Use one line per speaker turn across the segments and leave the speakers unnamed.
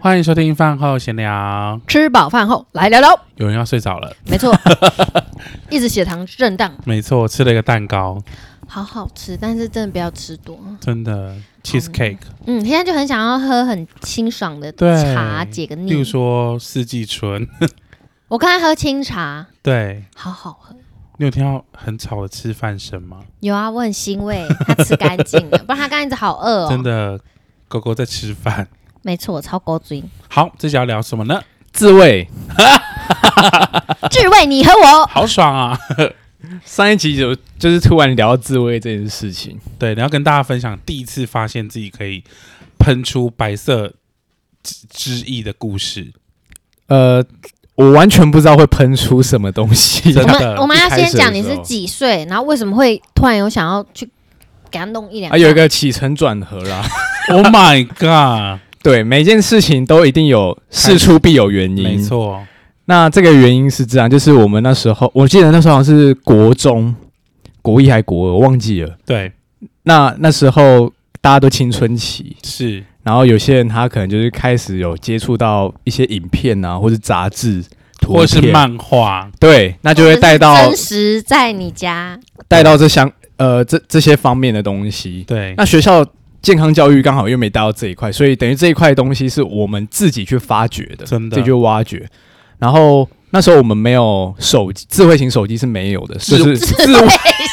欢迎收听饭后闲聊。
吃饱饭后来聊聊，
有人要睡着了，
没错， 一直血糖震荡，
没错，我吃了一个蛋糕，
好好吃，但是真的不要吃多。
真的 cheese cake，、
嗯，现在就很想要喝很清爽的
对
茶解个
例如
腻。
说四季春，
我刚才喝清茶，
对
好好喝。
你有听到很吵的吃饭声吗？
有啊，我很欣慰，他吃干净 了，不然他刚才一直好饿哦。
真，的，狗狗在吃饭。
没错，我超高追。
好，这集要聊什么呢？
自卫。
智慧，你和我
好爽啊！
上一集就就是突然聊到自卫这件事情，
对，你要跟大家分享第一次发现自己可以喷出白色汁汁液的故事。
呃，我完全不知道会喷出什么东西。
真
我
的
们我们要先讲你
一开
是
始的时候
几岁，然后为什么会突然有想要去给他弄一两下？
啊，有一个起承转合啦。
oh my god！
对，每件事情都一定有事出必有原因。
没。错，
那这个原因是这样，就是我们那时候，我记得那时候好像是国中，国一还国二，我忘记了。
对，
那那时候大家都青春期，
是
然后有些人他可能就是开始有接触到一些影片啊，或是杂志、图
或
片，
是漫画，哦
对，那就会带到
真实在你家，
带到这相呃这这些方面的东西。
对，
那学校健康教育刚好又没带到这一块，所以等于这一块东西是我们自己去发掘的，
真的
自己去挖掘。然后那时候我们没有手机，智慧型手机是没有的，
智
就是
智慧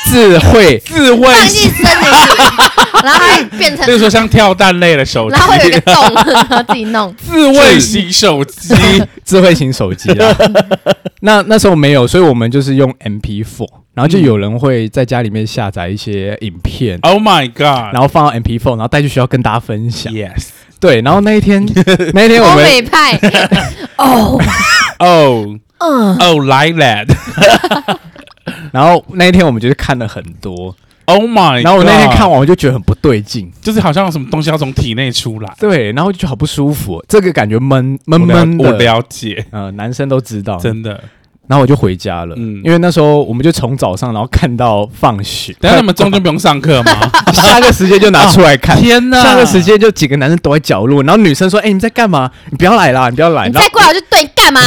智慧
自慰
放进身 体，然后它变 成
那个时候像跳蛋类的手机
哦
然，后会有一个洞， 然后自己 弄。
自慰型手机，
智慧型手机 啊。那那时候没有，所以我们就是用 MP4，然后就
嗯
有人会在家里面下载一些影片，
Oh my god！
然后放到 MP4，然后带去学校跟大家分享。
Yes，
对，然后那一天那一 天我
欧
们
美 派，哦，
哦
嗯，
哦，like that，Oh
然后那一天我们就是看了很多，
Oh my，
然后我那天看
God
完我就觉得很不对劲，
就是好像有什么东西要从体内出来，
对，然后就觉得好不舒服哦，这个感觉闷闷
我了
闷
我
的，
了解，
呃，男生都知道。
真的。
然后我就回家了，
嗯
因为那时候我们就从早上然后看到放学，
等一下你们中间不用上课吗？
下个时间就拿出来看。
天哪！
下个时间就几个男生躲在角落，然后女生说：“哎、你们在干嘛？你不要来啦，你不要来。”
你
哎然
再
后
过来我就对你干嘛？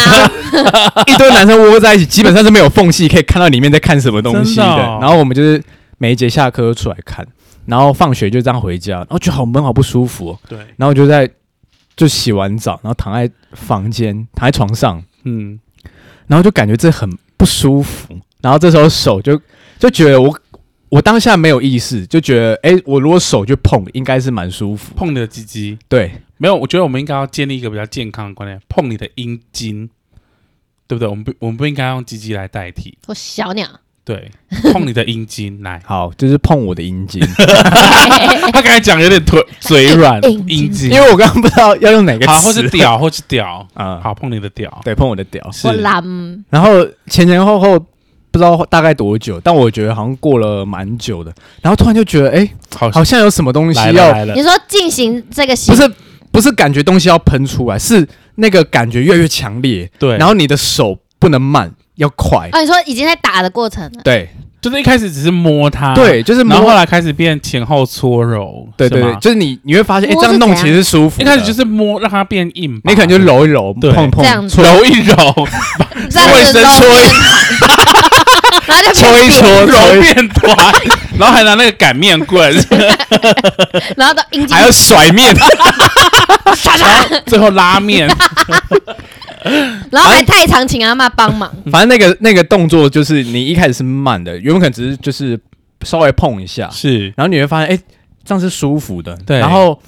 一堆男生窝在一起，基本上是没有缝隙可以看到里面在看什么东西的。
真的哦
然后我们就是每一节下课都出来看，然后放学就这样回家，然后就好闷，好不舒服、哦。
对，
然后我就在就洗完澡，然后躺在房间，躺在床上，
嗯，
然后就感觉这很不舒服。然后这时候手就就觉得我我当下没有意识，就觉得哎、我如果手去碰，应该是蛮舒服。
碰你的鸡鸡
对，
没有？我觉得我们应该要建立一个比较健康的观念，碰你的阴茎，对不对？我们不，我们不应该用鸡鸡来代替，
我小鸟，
对，碰你的阴茎来。
好，就是碰我的阴茎，
他刚才讲有点腿嘴
哎
软，
阴茎
阴茎
因，为我刚刚不知道要用哪个词，
好，或是屌，或是屌，
啊、
好碰你的屌，
对，碰我的屌。
是
我懒，
然后前前后后不知道大概多久，但我觉得好像过了蛮久的。然后突然就觉得，哎、
好
好像有什么东西
来了
要，
来了
你，说进行这个
不
行，
是不是感觉东西要喷出来，是那个感觉越来越强烈。
对，
然后你的手不能慢，要快。
哦，你说已经在打的过程了，
对
就是一开始只是摸它，
对，就是
啊然
摸
后后来开始变前后搓揉，
对对
是
对
吗，
就是你你会发现，哎、
摸
这样
是
弄
怎
其实是舒服的。
一开始就是摸让它变硬吧，
你可能就揉一揉，
对
碰碰
这样子
揉一揉，
这样子
生
揉
搓 一
然后就
搓 一搓，搓
揉
一，
面团，然后还拿那个擀面棍，
然后到阴茎
还，要甩面。
然后最后拉面，
然后还太长，请阿妈帮忙，
反正那个那个动作就是你一开始是慢的，原本可能只是就是稍微碰一下，
是
然后你会发现，哎、这样是舒服的。
对
然后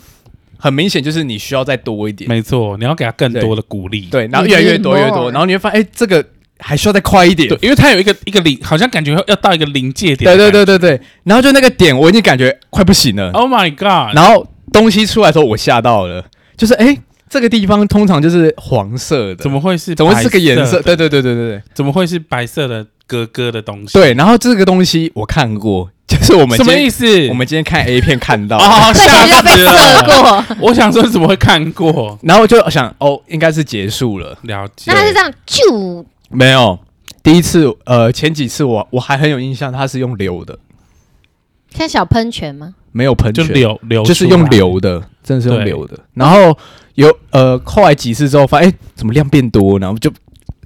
很明显就是你需要再多一点，
没错，你要给它更多的鼓励，
对，然后
你
越来
可以
越多越
more
多，然后你会发现，哎、这个还需要再快一点
对。，因为它有一个一个临，好像感觉要到一个临界点，
对对。对对对，然后就那个点我已经感觉快不行了，
Oh my god！
然后东西出来的时候我吓到了，就是哎、这个地方通常就是黄色的，
怎么会是
怎么会是这个颜色？
白的
对对对对对对
怎么会是白色的哥哥的东西？
对，然后这个东西我看过，就是我们
什
今
么
天
意思？
我们今天看 A 片看 到的。
哦，
对，
吓
就被
死
射
了！
过，
我想说怎么会看过？
然后我就想，哦，应该是结束了。
了解
那，他是这样啾，
没有，第一次，呃，前几次我我还很有印象，它是用流的，
像小喷泉吗？
没有 喷
就
泉，
流流出来，
就是用流的。真的是
对
用流的。然后有呃，后来几次之后发现，哎、怎么量变多，然后就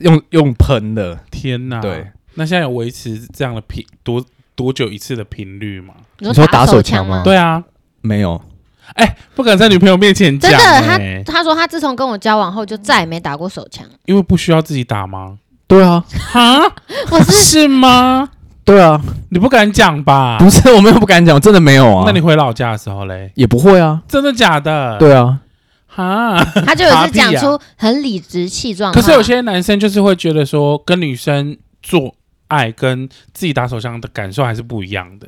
用用喷的，
天哪！
对，
那现在有维持这样的频多多久一次的频率吗？
你
你说打手
手
枪
吗
吗？
对啊，
没有。
不敢在女朋友面前讲、
真的，他
欸，
他说他自从跟我交往后就再也没打过手枪。
因为不需要自己打 吗？
对啊，
哈，
我是
是吗？
对啊，
你不敢讲吧？
不是，我没有不敢讲，我真的没有啊。
啊那你回呃老家的时候嘞？
也不会啊，
真的假的？，
对啊，
哈。
他就有
打
是
屁
讲
呀
出很理直气壮
啊
的
可
话。
是有些男生就是会觉得说，跟女生做爱跟自己打手枪的感受还是不一样的，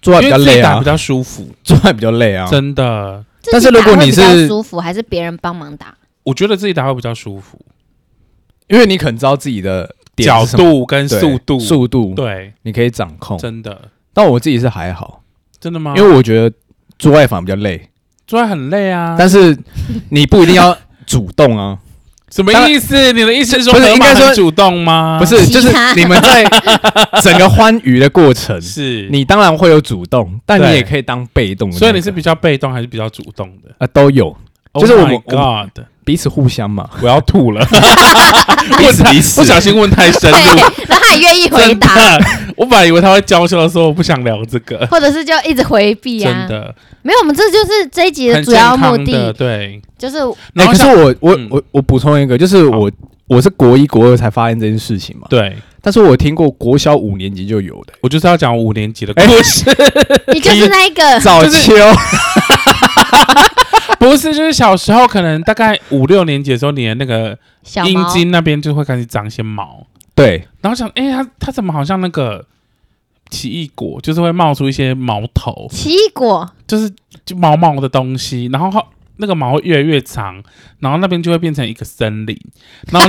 做爱比
因
较
为自
累
己打
啊
比，较舒服，
做爱比较累啊。
真的。
自己
但是如
打
果
会
你
比较
是
舒服，还是别人帮忙打？
我觉得自己打会比较舒服，
因为你可能知道自己的点
角
是什么
度跟
对
速度，
速度，
对，
你可以掌控。
真啊的，
但我自己是还好，
真的吗？
因为我觉得做爱反而比较累，
做爱很累啊。
但是你不一定要主动啊，
什么
当然
意思？你的意思是说
不是
河
应
马
该说
很主动吗？
不是，
其
就是
他
你们在整个欢愉的 过程，
是
你当然会有主动，但你
对
也可以当被动的那个、
所以你是比较被动还是比较主动的？
啊都有就是我们
Oh my God，
彼此互相嘛，
我要吐 了，
彼此彼此
不小心问太深入，
对，然后他也愿意回
真的
答，，
我本来以为他会娇羞的说我不想聊这 个，
或者是就一直回避
真
啊。
的，
没有，我们这就是这一集的
很
主要目
健康的
的，
对。
就是
哎、
然后
可是
像
我我、
嗯
我我补充一个，就是
好
我我是国一国二才发现这件事情嘛，
对
但是我听过国小五年级就有的、
我就是要讲五年级的故
哎
事，
你就是那一个，
早 哦
就是
秋，
不是就是小时候可能大概五六年级的时候，你的那个
小
阴
毛，
茎那边就会开始长一些毛，
对
然后想，哎、它它怎么好像那个奇异果，就是会冒出一些毛头，
奇异果，
就是就毛毛的东西，然后它那个毛会越来越长，然后那边就会变成一个森林，然后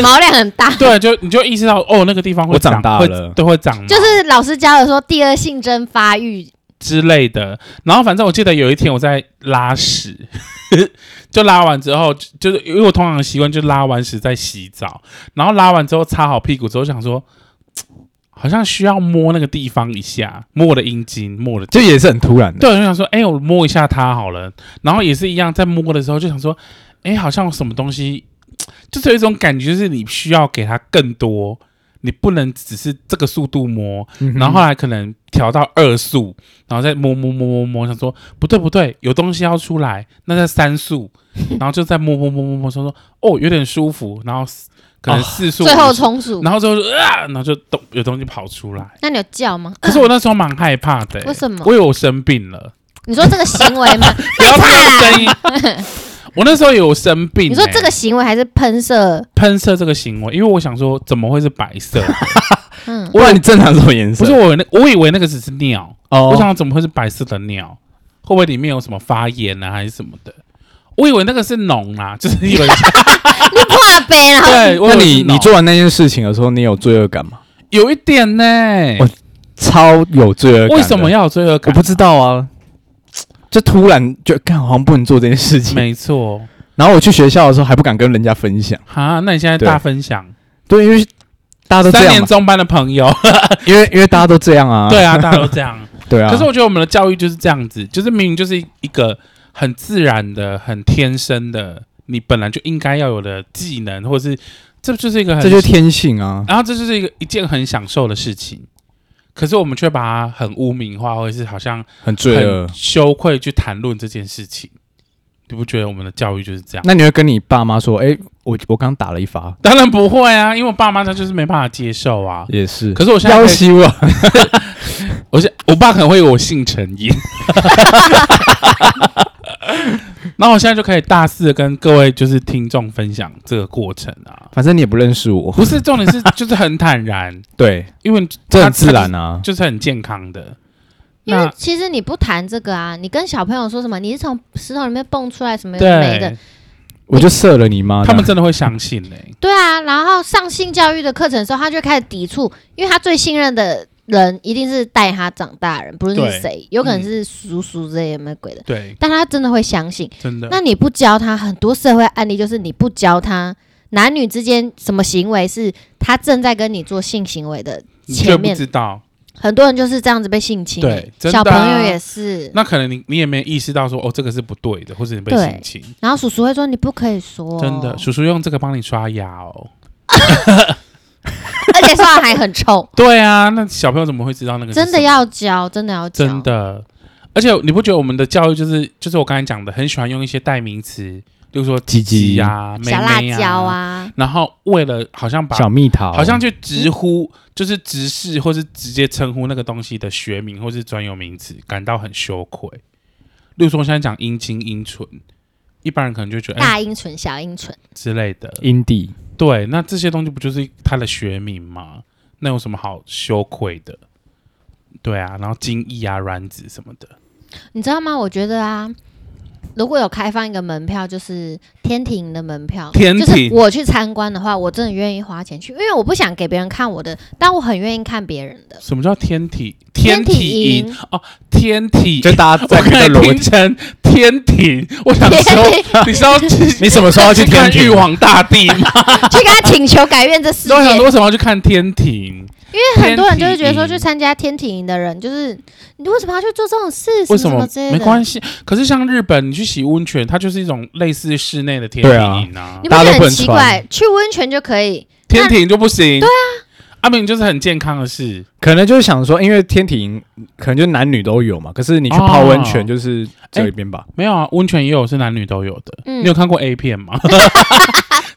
毛量 很大。
对，就你就意识到哦，那个地方会
我长
长
大
会
了
对，会长毛，
就是老师教的说第二性征发育，
之类的。然后反正我记得有一天我在拉屎， 就拉完之后，就就是因为我通常的习惯就是拉完屎再洗澡，然后拉完之后擦好屁股之后想说，好像需要摸那个地方一下，摸我的阴茎，摸我的。
就也是很突然的，
对，我就想说，哎、我摸一下它好了。然后也是一样，在摸的时候就想说，哎、好像有什么东西，就是有一种感觉，就是你需要给它更多，你不能只是这个速度摸，
嗯哼
然后后来可能调到二速，然后再摸摸摸摸摸，想说不对不对，有东西要出来，那在三速，然后就再摸摸摸摸摸，说说哦有点舒服，然后四可能
哦
四速、
最后
五速，
冲数。
然后最后就啊，然后就咚有东西跑出来。
那你有叫吗？
可是我那时候蛮害怕的、欸，
为什么
我以为我生病了，
你说这个行为 吗？
不要这个声音。 我那时候有生病欸、
你说这个行为还是喷射？
喷射这个行为，因为我想说怎么会是白 色？
嗯，
不然你正常什么颜色？
不是我以为那我以为那个只是尿，
哦，
我想怎么会是白色的尿？会不会里面有什么发炎啊，还是什么的？我以为那个是脓啊，就是以为
你破杯，然后
对，我以
那
为
你
是脓
你做完那件事情的时候，你有罪恶感吗？
有一点呢、
我超有罪恶感的。
为什么要有罪恶
我
感？
不知道啊，就突然就看好像不能做这件事情。
没错，
然后我去学校的时候还不敢跟人家分享，
哈，那你现在大分享
对，因为大家都这
三
样
年
嘛，
中班的朋友，
因为因为大家都这样 啊，
对啊，大家都这样。
对啊。
可是我觉得我们的教育就是这样子，就是明明就是一个很自然的、很天生的，你本来就应该要有的技能，或者是这就是一个很
这就是天性啊，
然后这就是一个一件很享受的事情，可是我们却把它很污名化，或者是好像
很罪恶
很。羞愧去谈论这件事情。你不觉得我们的教育就是这样？
那你会跟你爸妈说，哎，我我刚打了一发，
当然不会啊，因为我爸妈他就是没办法接受啊。
也是。
可是我现在
要
可以，
挟我，
我现我爸可能会以为我性成 瘾，然后我现在就可以大肆地跟各位就是听众分享这个过程啊。
反正你也不认识我，
不是重点是，就是很坦然，
对，
因为
这
他
很自然，啊
他。就是很健康的。
因为
那
其实你不谈这个啊，你跟小朋友说什么？你是从石头里面蹦出来什么有的没的？
我就射了你妈，
他们
这
真的会相信嘞、
对啊，然后上性教育的课程的时候，他就开始抵触，因为他最信任的人一定是带他长大的人，不论
对嗯
是谁，有可能是叔叔之类有没有鬼的，
对，啊
但他真的会相信。
真的。
那你不教他，很多社会案例就是你不教他，男女之间什么行为是他正在跟你做性行为的
你却
前
不
面
知道，
很多人就是这样子被性侵，欸
对真的
小
啊
朋友也是。
那可能你你也没意识到说哦，这个是不对的，或者你被
对
性侵，
然后叔叔会说你不可以说，哦
真的，叔叔用这个帮你刷牙哦。，
而且说完还很臭
对啊，那小朋友怎么会知 道那个是
真的
什么
要教，真的要教，
真的？而且你不觉得我们的教育就是就是我刚才讲的，很喜欢用一些代名词，例如说
鸡鸡
呀、啊、妹
小辣
妹
椒，啊，
然后为了好像把
小蜜桃，
好像去直呼，就是直视或是直接称呼那个东西的学名或是专有名词，感到很羞愧。例如说，我现在讲阴茎、阴唇，一般人可能就觉得哎、
大阴唇、小阴唇，
之类的。
阴蒂，
对，那这些东西不就是它的学名吗？那有什么好羞愧的？对啊，然后精液啊、卵子什么的，
你知道吗？我觉得啊，如果有开放一个门票，就是天庭的门票，
天
就
庭
是我去参观的话，我真的愿意花钱去，因为我不想给别人看我的，但我很愿意看别人的。
什么叫天体？
天
体
体
营哦，天体。
就大家
我
在
刚才
那个逻
听
辑，
成天庭，我想
天
说， 你是要去
你什么时候要去天
看玉
庭？
皇大帝吗？
去跟他请求改变这 世
所以啊
界
很。多为什么要去看天庭？
因为很多人就会觉得
天
说，
体
去
营
参加天体营的人，就是你为什么要去做这种事？
为
什
什
么
么
之类的？
没关系？可是像日本，你去洗温泉，它就是一种类似室内的天
对啊
体营啊
你，不觉
大
得
家都不
很
能
奇
穿
怪？去温泉就可以，
天体营就不行。对啊，阿明就是很健康的事。
可能就是想说，因为天体营可能就男女都有嘛，可是你去
哦
泡温泉就是这一边吧，
没有啊，温泉也有是男女都有的。
嗯
你有看过 A 片吗？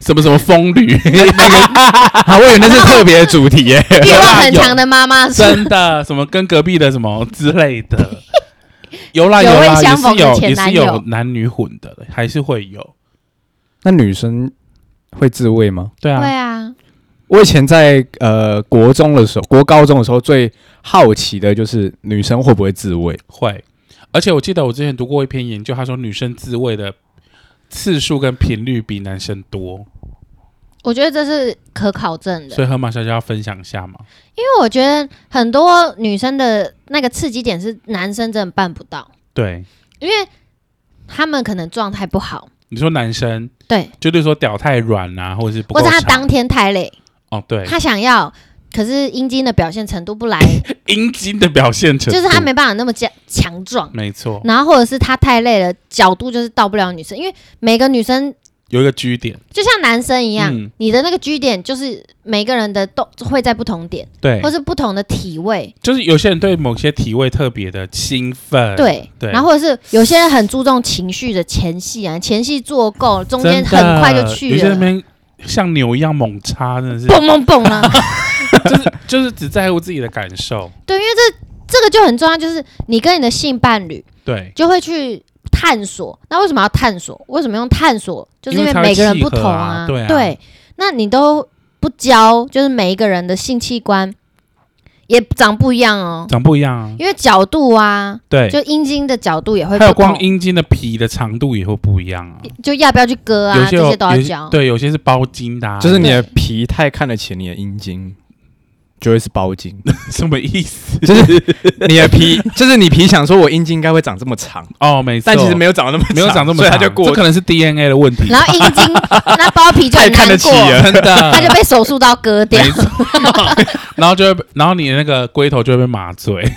什么什么风吕， 哎
啊，我以为那是特别的主题 耶，
欲望很
有
强的妈妈说，
真的什么跟隔壁的什么之类 的，有啦
有
啦，
位
也
相
是
逢的
有
前
也
男
是
友
有男女混的，还是会有。
那女生会自慰吗？
对
对
啊，
啊，
我以前在呃国中的时候，国高中的时候最好奇的就是女生会不会自慰，
会。而且我记得我之前读过一篇研究，他说女生自慰的次数跟频率比男生多。
我觉得这是可考证的，
所以河马小姐要分享一下嘛？
因为我觉得很多女生的那个刺激点是男生真的办不到，
对，
因为他们可能状态不好，
你说男生
对，
就是说屌太软啊，或者是不
或
够
者
长
他当天太累，
哦，对，
他想要。可是阴茎的表现程度不 来，
阴茎的表现程
就
度
是他没办嗯法那么强强壮，
没错，
然后或者是他太累了，角度就是到不了女生，因为每个女生
有一个居点，
就像男生一样，
嗯
你的那个居点就是每个人的都会在不同点，
对
或，是不同的体位，
就是有些人对某些体位特别的兴奋，
对，
对
然后或者是有些人很注重情绪的前戏啊，前戏做够，中
真的，
间很快就去
有些
了
人，那边像牛一样猛插，真的是，
蹦蹦蹦啊，
就是就是只在乎自己的感受，
对，因为这这个就很重要，就是你跟你的性伴侣
对，
就会去探索，那为什么要探索？为什么用探索？就是
因为
为
才会
每个人
契合
不同
啊对啊
那你都不教，就是每一个人的性器官也长不一样哦。
长不一样啊，
因为角度啊，
对，
就阴茎的角度也会不
还有
同，
光阴茎的皮的长度也会不一样啊，
就要不要去割
有
啊，
些
这
有
些都要
有些
教。
对，有些是包茎的啊，
就是你的皮太看得起你的阴茎，就会是 包茎，
什么意思？
就是你的皮， 就是你皮想说我阴茎应该会长这么长，
哦，没错，
但其实没有长那么
没有长这么
所以
长，
它就
这
过
可能是 DNA 的问题，
然后阴 茎那包皮就
太
很
看得
难
起
过，
了，真
他
嗯
的。
就被手术刀割掉
没，错，
啊
然后就会被，然后你的那个龟头就会被麻醉，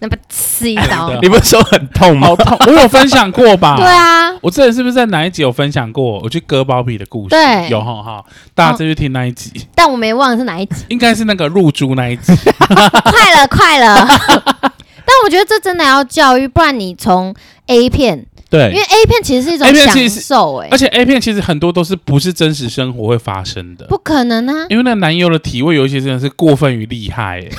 那么刺一刀。
你不是说很痛 吗
好？痛！我有分享过吧？
对，啊，
我之前是不是在哪一集有分享过我去割包皮的故事？
对
有哈哈，大家再去听那一集，
但我没忘了是哪一 集，
应该是那个入珠那一 集。
快了快了。 但我觉得这真的要教育，不然你从 A 片，因
对，
为 A 片其实是一种
A 片
享
其实是
受、欸，
而且 A 片其实很多都是不是真实生活会发生的，
不可能啊，
因为那男优的体位有一些真的是过分于厉害、欸，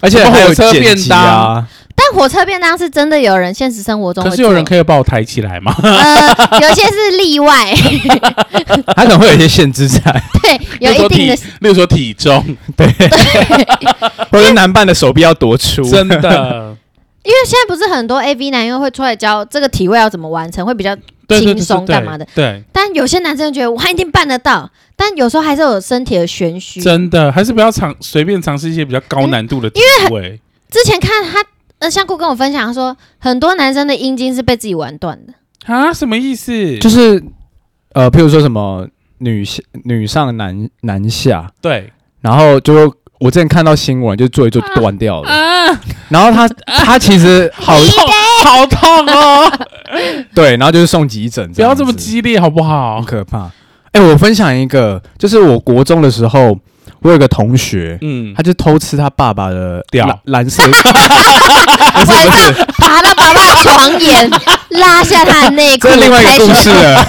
而且还有剪辑啊，
但火车便当是真的有人现实生活中会
可
做，
是有人可以把我抬起来吗？
呃，有一些是 例外，
它可能会有一些限制在，
对，有一定
例如
的
说体，例如说体重，
或者男伴的手臂要多粗，
真的，
因为现在不是很多 A V 男优会出来教这个体位要怎么完成，会比较，
对对对
轻松
对
干嘛的
对，
但有些男生觉得我一定办得到，但有时候还是有身体的玄
嗯
虚。
真的，还是不要尝随便尝试一些比较高难度的体位。
之前看他，呃，香菇跟我分享他说，很多男生的阴茎是被自己玩断 的，
啊，什么意思？
就是呃，譬如说什么女下女上男男下，
对
然后就我之前看到新闻，就做一做就断掉了。
啊，
然后他他其实好
好痛 哦！
对，然后就是送急诊，
不要这
这
么
样子
激烈好不
好
好？
可怕。哎、我分享一个，就是我国中的时候，我有个同学，
嗯，
他就偷吃他爸爸的
屌
蓝蓝色，
晚上啊爬到爸爸的床沿，拉下他的内 裤，
这是另外一个故 事了。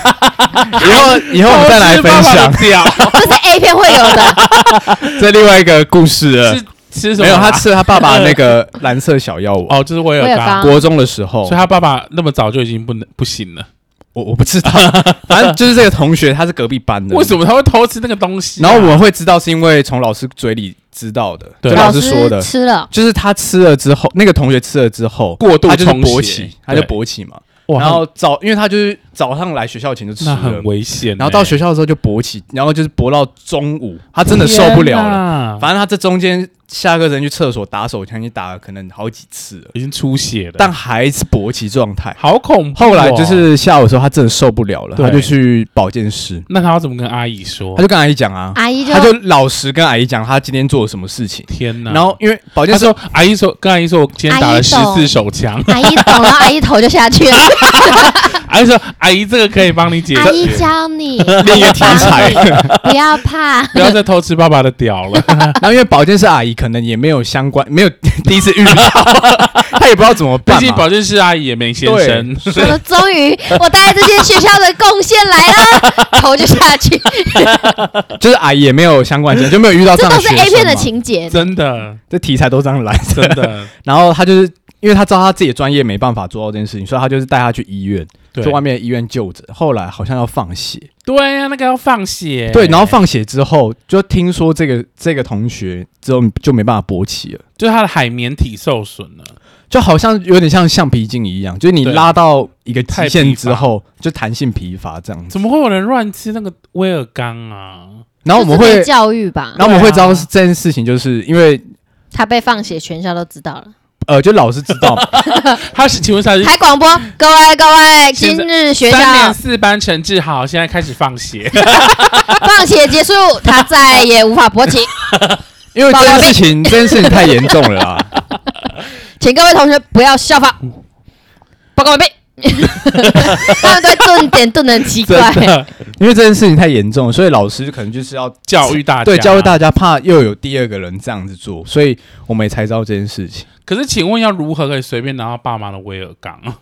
以后以后我们再来分享，
屌
开始，这是 A 片会有 的。
这另外一个故事了。
是吃什么啊？
没有，他吃了他爸爸那个蓝色小药丸。
哦，就是威
威
尔
尔
刚
刚，
国中的时候，
所以他爸爸那么早就已经不能不行了。
我我不知道，反正就是这个同学他是隔壁班的，
为什么他会偷吃那个东西啊？
然后我们会知道是因为从老师嘴里知道的，
对
就老师啊说的，啊
吃了，
就是他吃了之后，那个同学吃了之后
过度
他就是
充血
勃起，他就
对
勃起嘛。
哇
然后早，因为他就是早上来学校前就吃
那
了
很，危险欸，
然后到学校的时候就勃起，然后就是勃到中午，他真的受不了了。
了，
反正他这中间下课人去厕所打手枪，已经打了可能好几次了，
已经出血了，
但还是勃起状态。
好恐怖哦。
后来就是下午的时候，他真的受不了了，
对
他就去保健室，
那他要怎么跟阿姨说
他？就跟阿姨讲啊，
阿姨就
他就老实跟阿姨讲他今天做了什么事情。
天哪！
然后因为保健
他
室
说，阿姨说，跟阿姨说，我今天打了
阿姨
十
懂
次手枪。
阿姨懂 了，阿姨头就下去了。
阿姨说，阿姨这个可以帮你解
阿姨
决，
教你，
另一个题材，
不要 怕。
不要再偷吃爸 爸的屌了。
然后因为保健室阿姨可能也没有相关，没有 第一次遇到，她也不知道怎么
毕
办
竟
嘛。
保健室阿姨也没先
对
生，
我说终于，我带这间学校的贡献来 了，头就下去。
就是阿姨也没有相关经验，就没有遇到
这
样
都
的
是
学生
A 片的
嘛
情节，
真的
这题材都这样来
真
的。
的，
然后她就是因为她知道她自己的专业没办法做到这件事情，所以她就是带她去医院，
对
去外面的医院就诊。后来好像要放血，
对啊呀，那个要放血，欸
对，然后放血之后，就听说这个这个同学之后就没办法勃起了，
就是他的海绵体受损了，
就好像有点像橡皮筋一样，就是你
对
拉到一个极
太疲
限
乏
之后，就弹性疲乏这样子。
怎么会有人乱吃那个威尔刚啊？
然后我们
就是
会
被，教育吧
然，后我们会
对啊
知道是这件事情，就是因为
他被放血，全校都知道了。
呃，就老师知 道嘛，
他是请问他是
开广播，各位各位，
现
今
在
日学校
呃三年四班陈志豪现在开始放 血，
放血结束，他再也无法勃 起，
因为这件事情 这件事情太严重了啦。
请各位同学不要效仿。报 告完毕。他们对顿点顿得很奇怪，
因为这件事情太严重了，所以老师可能就是要
教育大家，
对教育大家，怕又有第二个人这样子做，所以我们也才知道这件事情。
可是，请问要如何可以随便拿到爸妈的威尔刚？好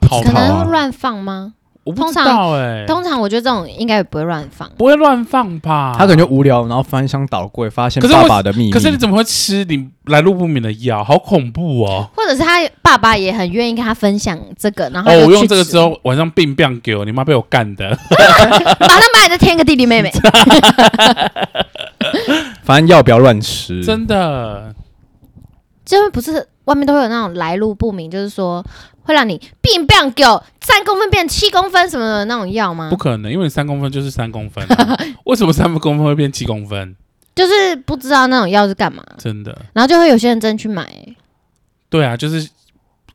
不
可
知道
能
啊
会乱放吗？
我不
通
知道
常
哎、
通常我觉得这种应该也不会乱放，
不会乱放吧？
他可能就无聊，然后翻箱倒柜，发现
可是
爸
我
爸的秘密。
可是你怎么会吃你来路不明的药？好恐怖哦！
或者是他爸爸也很愿意跟他分享这个，然后
哦，
他就
我用
去
这个
吃
之 后晚上病病给我，你妈被我干的。
马上把你的天个弟弟 妹妹，
反正药不要乱吃，
真的，
就是不是外面都会有那种来路不明，就是说会让你变变狗三公分变七公分什么的那种药吗
不？可能，因为你三公分就是三公分 啊、为什么三公分会变七公分？
就是不知道那种药是干嘛，
真的，
然后就会有些人真去买、欸
对啊，就是，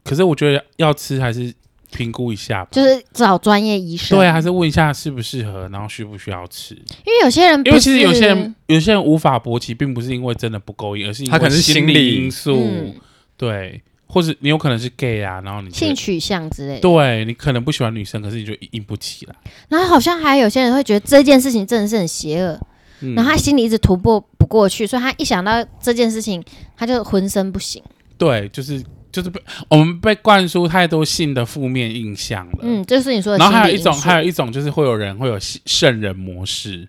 可是我觉得要吃还是评估一下吧。
就是找专业医生。
对啊，还，是问一下适不适合，然后需不需要吃。
因为有些人
因
不是，
为其实有些人有些人无法勃起，并不是因为真的不够硬，而是因为
他可能是心
心
理
理因素，
嗯，
对，或者你有可能是 gay 啊，然后你觉得
性取向之类的。
对你可能不喜欢女生，可是你就硬不起来，
然后好像还有些人会觉得这件事情真的是很邪恶，
嗯、
然后他心里一直突破不过去，所以他一想到这件事情，他就浑身不行。
对，就是就是被我们被灌输太多性的负面印象了，
嗯，就是你说的
然
心
后
理
还有一种，
因素
还有一种就是会有人会有性圣人模式，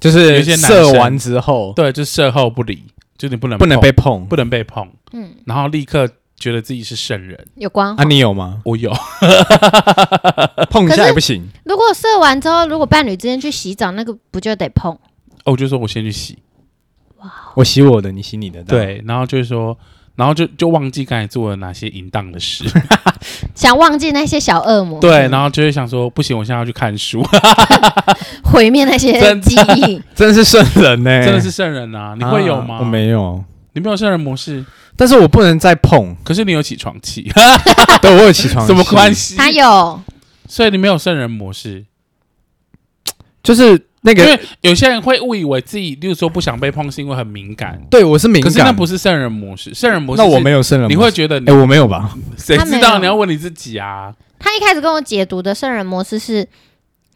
就是
有些男生
射完之后
对，就是售后不理，就你不能
不能
碰
被碰。
不能被碰，
嗯
然后立刻觉得自己是圣人。
有光
啊，你有吗？
我有，呃
碰一
可
下
是
也不行。
如果射完之后，如果伴侣之间去洗澡，那个不就得碰？
哦，我就说我先去洗，
我洗我的，你洗你的。这样，
对，然后就是说，然后就就忘记刚才做了哪些淫荡的事，
想忘记那些小恶魔，
对，然后就会想说，不行，我现在要去看书，
毁灭那些
真
记忆。
真的是圣人呢，
真的是圣人啊！你会有吗？
哎啊我，没有，
你没有圣人模式，
但是我不能再 碰。
可是你有起床气，
对我有起 床，
什么关
系？
系？
他有
所以你没有圣人模式，
就是那
因
个
为有些人会误以为自己，例如说不想被碰是因为很敏感，
对我是敏
可是
感，
那不是圣人模式，圣人模式
那我
是
没有圣人模式，
你会觉得你
哎、我没有 吧？
谁
他
知
没
道？
有
你要问你自己啊。
他一开始跟我解读的圣人模式是，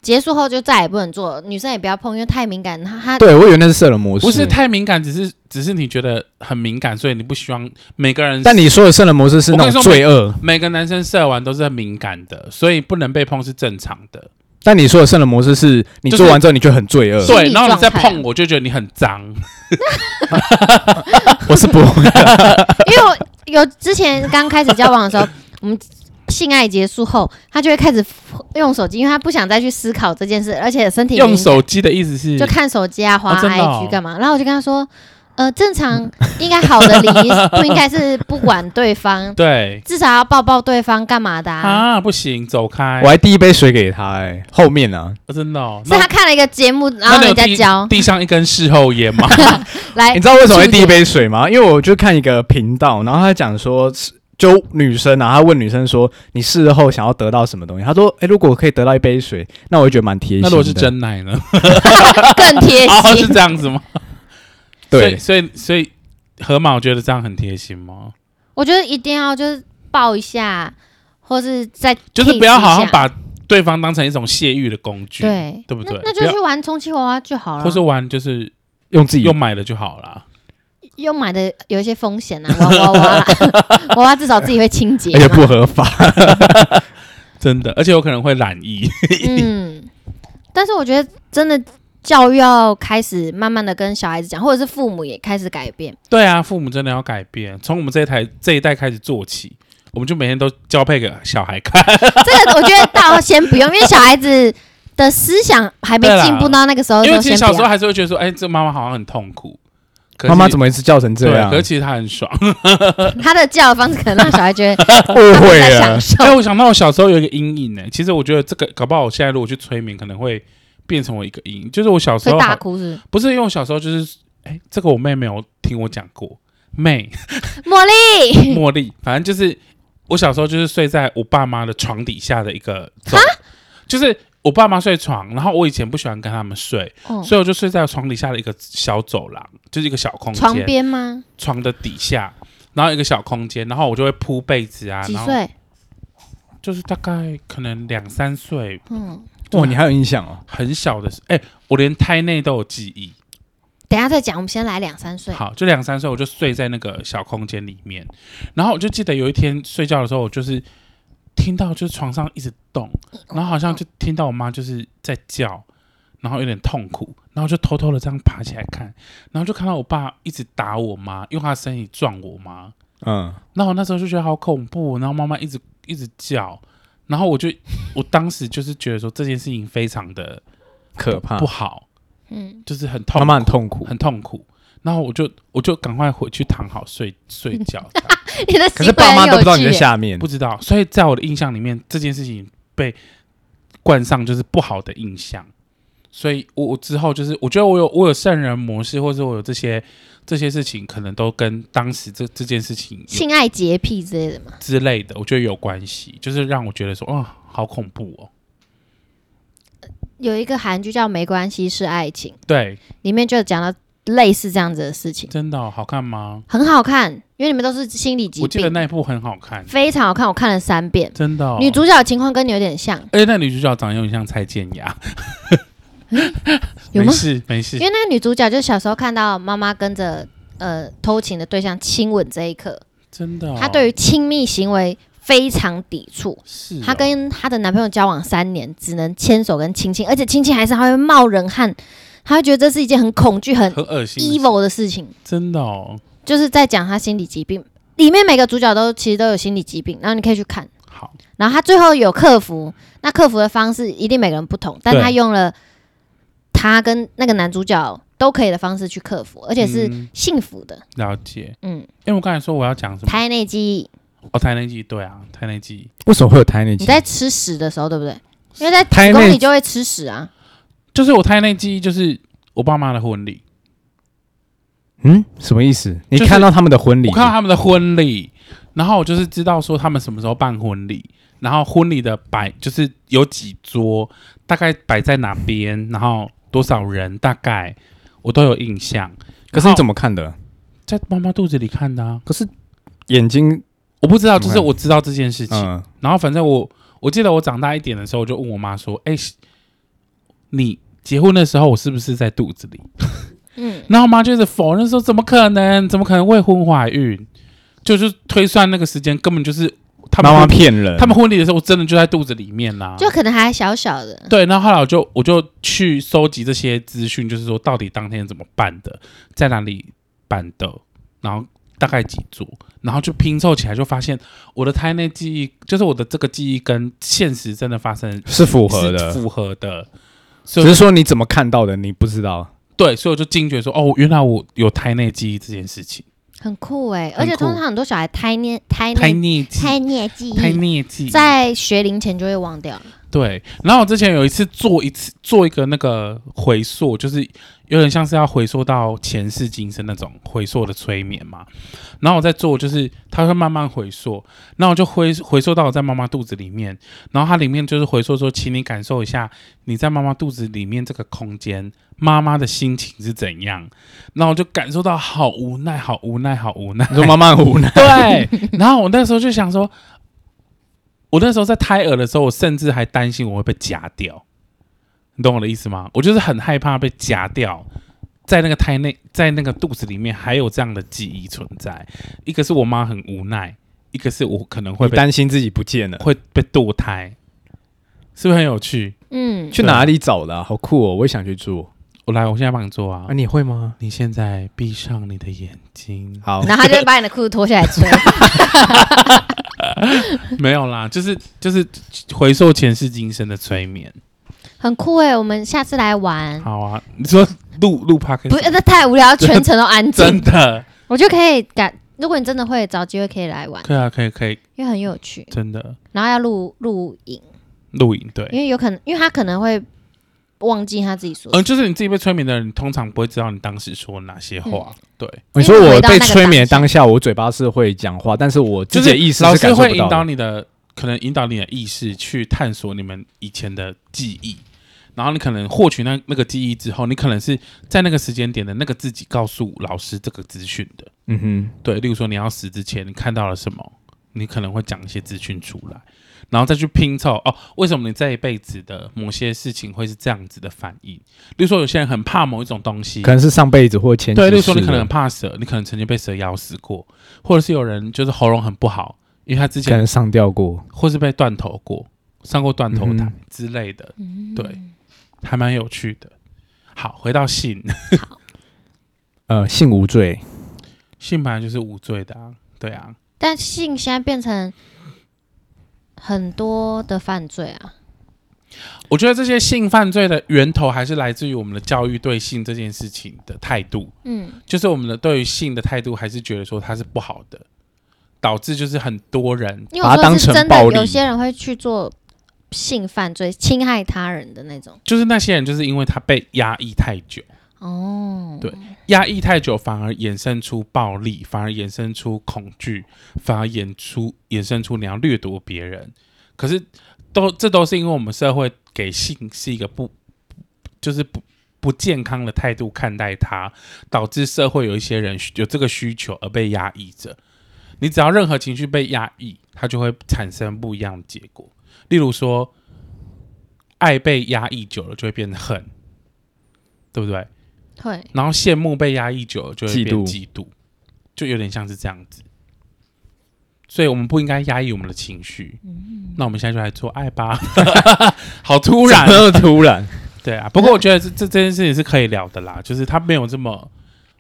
结束后就再也不能做，女生也不要碰，因为太敏感。他他
对我啊以为那是圣人模式，
不是太敏感，只是只是你觉得很敏感，所以你不希望每个人。
但你说的圣人模式是
我
那
跟
种
你说
罪恶，
每个男生射完都是很敏感的，所以不能被碰是正常的。
但你说的圣人模式是你
就是
做完之后你就很罪恶。
心理
对，然后你再
状态啊
碰我就觉得你很脏。
我是不会 的，
因为我有之前刚开始交往的时候，我们性爱结束后，他就会开始用手机，因为他不想再去思考这件事，而且身体敏
用
感
手机的意思是
就看手机啊，滑
哦真的哦
IG 干嘛？然后我就跟他说，呃，正常应该好的礼仪不应该是不管对方，
对
至少要抱抱对方干嘛的、啊？
啊，不行，走开
我。还递一杯水给他、哎，后面啊，
我真的哦，
是他看了一个节目，然
那
后
你有
人家
递
教
地上一根事后烟吗？
来
你知道为什么会
注意
第一杯水吗？因为我就看一个频道，然后他讲说，就女生啊，他问女生说，你事后想要得到什么东西？他说，哎、如果我可以得到一杯水，那我会觉得蛮贴心
那
的。
如果是，真奶呢？
更贴
哦，是
心。
这样子吗？
对，
所以所以所以河马我觉得这样很贴心吗？
我觉得一定要就是抱一下，或是再
就是不
kiss
要
一
好像
下
把对方当成一种泄欲的工具，
对
对不对
那那
不
就
要
去玩充气娃娃就好了，
或是玩就是
用自己
用买的就好啦。
又买的有一些风险啊，娃 娃娃啦娃娃至少自己会清洁
而
哎
且
嘛，
不合法。
真的，而且有可能会懒意。
嗯。但是我觉得真的教育要开始慢慢的跟小孩子讲，或者是父母也开始改 变。
对啊，父母真的要改变，从我们这一台这一代开始做起，我们就每天都交配给小孩 看。
这个我觉得倒先不用，因为小孩子的思想还没
对啦
进步到那个时候，
因为
就
其实
先
小时
不
候
要。
还是会觉得说，哎、这妈妈好像很痛苦。可
妈妈
么
怎么一直叫成这
对？啊
样
可？是其实她很 爽。
他的教育方式可能让小 孩觉得
误
啊他们
会
在
了
享。受
哎、。我想到我小时候有一个阴影呢、其实我觉得这个搞不好，我现在如果去催眠，可能会变成我一个阴影。就是我小时
所以
候
大
好
哭是
不 是因为我小时候就是，哎、这个我妹没有听我讲过，妹
不是茉莉，
茉莉，反正就是我小时候就是睡在我爸妈的床底下的一个走，就是我爸妈睡床，然后我以前不喜欢跟他们睡，
哦
所以我就睡在床底下的一个小走廊，就是一个小空间，
床边吗？
床的底下，然后一个小空间，然后我就会铺被子啊，
几
然后
岁？
就是大概可能两三岁，
嗯，
哇，你还有印象哦？
很小的时，哎、我连胎内都有记忆。
等一下再讲，我们先来两三岁。
好，就两三岁，我就睡在那个小空间里面。然后我就记得有一天睡觉的时候，我就是听到就是床上一直动，然后好像就听到我妈就是在叫，然后有点痛苦，然后就偷偷的这样爬起来看，然后就看到我爸一直打我妈，用他的身体撞我妈。
嗯，
然后我那时候就觉得好恐怖，哦然后妈妈一直一直叫，然后我就我当时就是觉得说这件事情非常的
可怕
不。好，
嗯，
就是很痛苦
妈妈很痛苦，
很痛苦。然后我就我就赶快回去躺好睡睡觉， 这样
你的行
可是
为
爸妈
很
都不
有
知道你
趣
在
耶。
下面
不。知道。所以在我的印象里面，这件事情被冠上就是不好的印象。所以我我之后就是，我觉得我有我有圣人模式，或者我有这些这些事情，可能都跟当时这这件事情有
性爱洁癖之类的嘛，
之类的，我觉得有关系，就是让我觉得说，哦，好恐怖哦。
有一个韩剧叫《没关系是爱情
对，》，
里面就讲到类似这样子的事情，
真的哦、好看吗？
很好看，因为你们都是心理疾
我记得
病，
那一部很好看，
非常好看，我看了三遍。
真的哦、
女主角的情况跟你有点像，
而且那女主角长得有点像蔡健雅，
有
没
吗？
事没事
因，为那个女主角就小时候看到妈妈跟着呃偷情的对象亲吻这一刻，
真的、哦。
她对于亲密行为非常抵触。
是哦、
她跟她的男朋友交往三年，只能牵手跟亲亲，而且亲亲还是她会冒冷汗，她会觉得这是一件很恐惧、很
很恶心的事
evil 的事情，
真的哦。
就是在讲她心理疾病。里面每个主角都其实都有心理疾病，然后你可以去看。
好，
然后他最后有克服，那克服的方式一定每个人不同，但
对
他用了他跟那个男主角都可以的方式去克服，而且是
嗯
幸福的。
了解。
嗯，
因为我刚才说我要讲什么？
胎内记忆，
哦，胎内记，对啊，胎内记。
为什么会有胎内记
你
忆？
在吃屎的时候，对不对？因为在
胎
子宫
内
里就会吃屎啊。
就是我胎内记忆，就是我爸妈的婚礼，
嗯，什么意思？你
就是
看到他们的婚礼
我，看到他们的婚礼，然后我就是知道说他们什么时候办婚礼，然后婚礼的摆就是有几桌，大概摆在哪边，然后多少人，大概我都有印象。
可是你怎
么
么看的？
在妈妈肚子里看的、啊？
可是眼睛，
我不知道，
怎
就
么
是
看
我知道这件事情。
嗯，
然后反正我我记得我长大一点的时候，我就问我妈说：“哎、你结婚的时候我是不是在肚子里？”
嗯，
然后我妈就是否认说：“怎么可能？怎么可能未婚怀孕？”就是推算那个时间，根本就是他们
妈妈
婚
骗人，
他们婚礼的时候，我真的就在肚子里面啦、
就可能还小小的，
对，然后后来我就我就去搜集这些资讯，就是说到底当天怎么办的，在哪里办的，然后大概几组，然后就拼凑起来，就发现我的胎内记忆，就是我的这个记忆跟现实真的发生
是符合
是
的，
符合的，所以
只
我就
是说你怎么看到的，你不知道。
对，所以我就惊觉说，哦，原来我有胎内记忆这件事情，
很酷哎、
很
而且
酷
通常很多小孩胎念胎
胎
念
内记
胎念记
胎
忆，
内记忆
在学龄前就会忘掉。
对，然后我之前有一次做一次做一个那个回溯，就是有点像是要回溯到前世今生那种回溯的催眠嘛。然后我在做，就是它会慢慢回溯，然后我就回回溯到我在妈妈肚子里面，然后它里面就是回溯说，请你感受一下你在妈妈肚子里面这个空间，妈妈的心情是怎样。然后我就感受到好无奈，好无奈，好无奈。
你 说妈妈很 无奈，
对，然后我那时候就想说，我那时候在胎儿的时候，我甚至还担心我会被夹掉，你懂我的意思吗？我就是很害怕被夹掉，在那个胎内，在那个肚子里面还有这样的记忆存在。一个是我妈很无奈，一个是我可能会
你
被啊
担心自己不见了，
会被堕胎，是不是很有趣？
嗯，
去哪里找的啊？好酷哦，我也想去做。
我来，我现在帮你做啊
啊，！你会吗？
你现在闭上你的眼睛，
好，
然后他就会把你的裤子脱下来 吹。
没有啦，就是就是回溯前世今生的催眠。
很酷哎、我们下次来玩。
好啊，你说录录 p o d
嗯不，那太无聊，全程都安
真
静。
的，
我觉得可以改，如果你真的会，找机会可以来玩，
可以啊，可以，可以，
因为很有趣。
真的
然后要录录影，
录影对，
因为有可能，因为他可能会忘记他自己说
嗯、。就是你自己被催眠的人，你通常不会知道你当时说哪些话，
嗯
对，
你说我
因为回到
被
那个
催眠
当
当下，我嘴巴是会讲话，但是我
就
自己的意识
老
是
师
感受
会
不
引
到
导
的。
你的，可能引导你的意识去探索你们以前的记忆。然后你可能获取那那个记忆之后，你可能是在那个时间点的那个自己告诉老师这个资讯的，
嗯哼，
对，例如说你要死之前你看到了什么，你可能会讲一些资讯出来，然后再去拼凑哦，为什么你这一辈子的某些事情会是这样子的反应？例如说有些人很怕某一种东西
可，能是上辈子或前
嗯
世
对，
的。
例如说你可能很怕蛇，你可能曾经被蛇咬死过，或者是有人就是喉咙很不好，因为他之
可
前
能上吊过。
或是被断头过，上过断头
嗯
台
哼
之类的，
嗯
对，还蛮有趣的。好，回到性，
呃，性无罪，
性本来就是无罪的、啊，对啊，
但性现在变成很多的犯罪啊，
我觉得这些性犯罪的源头还是来自于我们的教育对性这件事情的态度，
嗯，
就是我们的对于性的态度还是觉得说它是不好的，导致就是很多人
因为我说
把它
的
当
是
成
真的
暴，力
有些人会去做性犯罪，侵害他人的那种。
就是那些人就是因为他被压抑太久，
哦，
对压抑太久反而衍生出暴力，反而衍生出恐惧，反而衍出衍生出你要掠夺别人，可是都这都是因为我们社会给性是一个不就是不不健康的态度看待它，导致社会有一些人有这个需求而被压抑着。你只要任何情绪被压抑，它就会产生不一样的结果。例如说，爱被压抑久了就会变得恨，对不对？
会，
然后羡慕被压抑久了就会
嫉
变
妒
嫉妒，就有点像是这样子。所以我们不应该压抑我们的情绪。那我们现在就来做爱 吧，好突然
怎。 么那么突然，
对啊，不过我觉得这这这件事情是可以聊的啦，就是它没有这么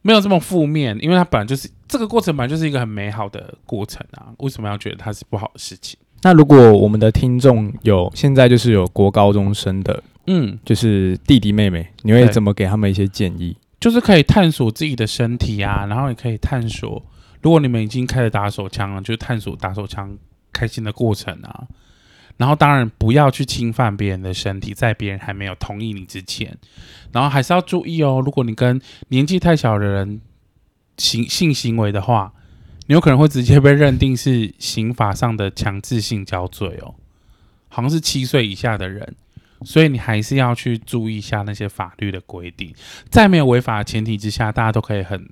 没有这么负面，因为它本来就是这个过程本来就是一个很美好的过程啊，为什么要觉得它是不好的事情？
那如果我们的听众有现在就是有国高中生的，
嗯，
就是弟弟妹妹，你会
对
怎么给他们一些建议？
就是可以探索自己的身体啊，然后也可以探索，如果你们已经开始打手枪了，就探索打手枪开心的过程啊。然后当然不要去侵犯别人的身体，在别人还没有同意你之前，然后还是要注意哦。如果你跟年纪太小的人行性行为的话，你有可能会直接被认定是刑法上的强制性交罪哦，好像是七岁以下的人所以你还是要去注意一下那些法律的规定，在没有违法的前提之下，大家都可以很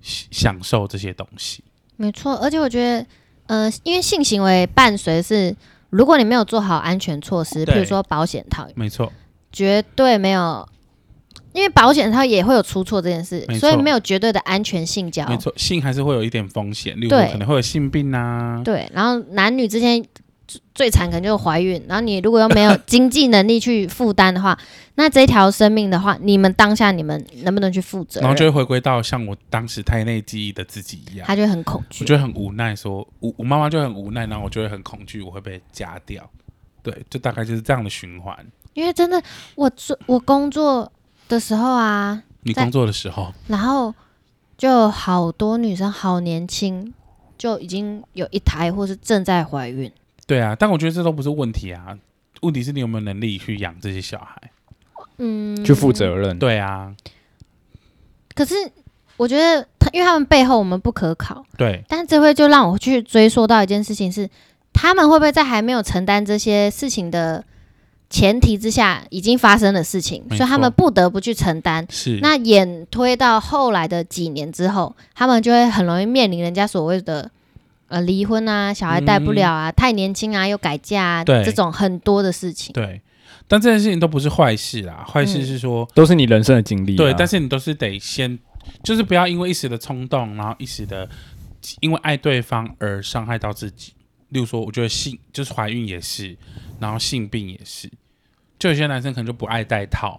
享享受这些东西。
没错，而且我觉得，呃，因为性行为伴随是，如果你没有做好安全措施，
对
譬如说保险套，
没错，
绝对没有，因为保险套也会有出错这件事
没，错
所以没有绝对的安全性交。
没错，性还是会有一点风险，例如说
对
可能会有性病啊，
对，然后男女之间最最惨可能就是怀孕，然后你如果又没有 经济能力去负担的话，那这一条生命的话，你们当下你们能不能去负责
然
任
后就会回归到像我当时胎内记忆的自己一样。
他就会很恐
我
惧。
就会很无奈说，我我妈妈就会很无奈，然后我就会很恐惧，我会被夹掉。对，就大概就是这样的循环。
因为真的，我做我工作的时候啊，
你
在
工作的时候，
然后就好多女生好年轻，就已经有一台或是正在怀孕。
对啊，但我觉得这都不是问题啊，问题是你有没有能力去养这些小孩。
嗯，
去负责任。
对啊，
可是我觉得他，因为他们背后我们不可考，
对，
但这会就让我去追溯到一件事情是，他们会不会在还没有承担这些事情的前提之下，已经发生的事情，
没
所以他
错
们不得不去承担。
是
那演推到后来的几年之后，他们就会很容易面临人家所谓的呃离婚啊，小孩带不了啊，太年轻啊，又改嫁啊，
嗯对
这种很多的事情。
对，但这件事情都不是坏事啦，坏事
嗯
是说，
都是你人生的经历啊、
对，但是你都是得先，就是不要因为一时的冲动，然后一时的因为爱对方而伤害到自己。例如说，我觉得性就是怀孕也是，然后性病也是，就有些男生可能就不爱戴套，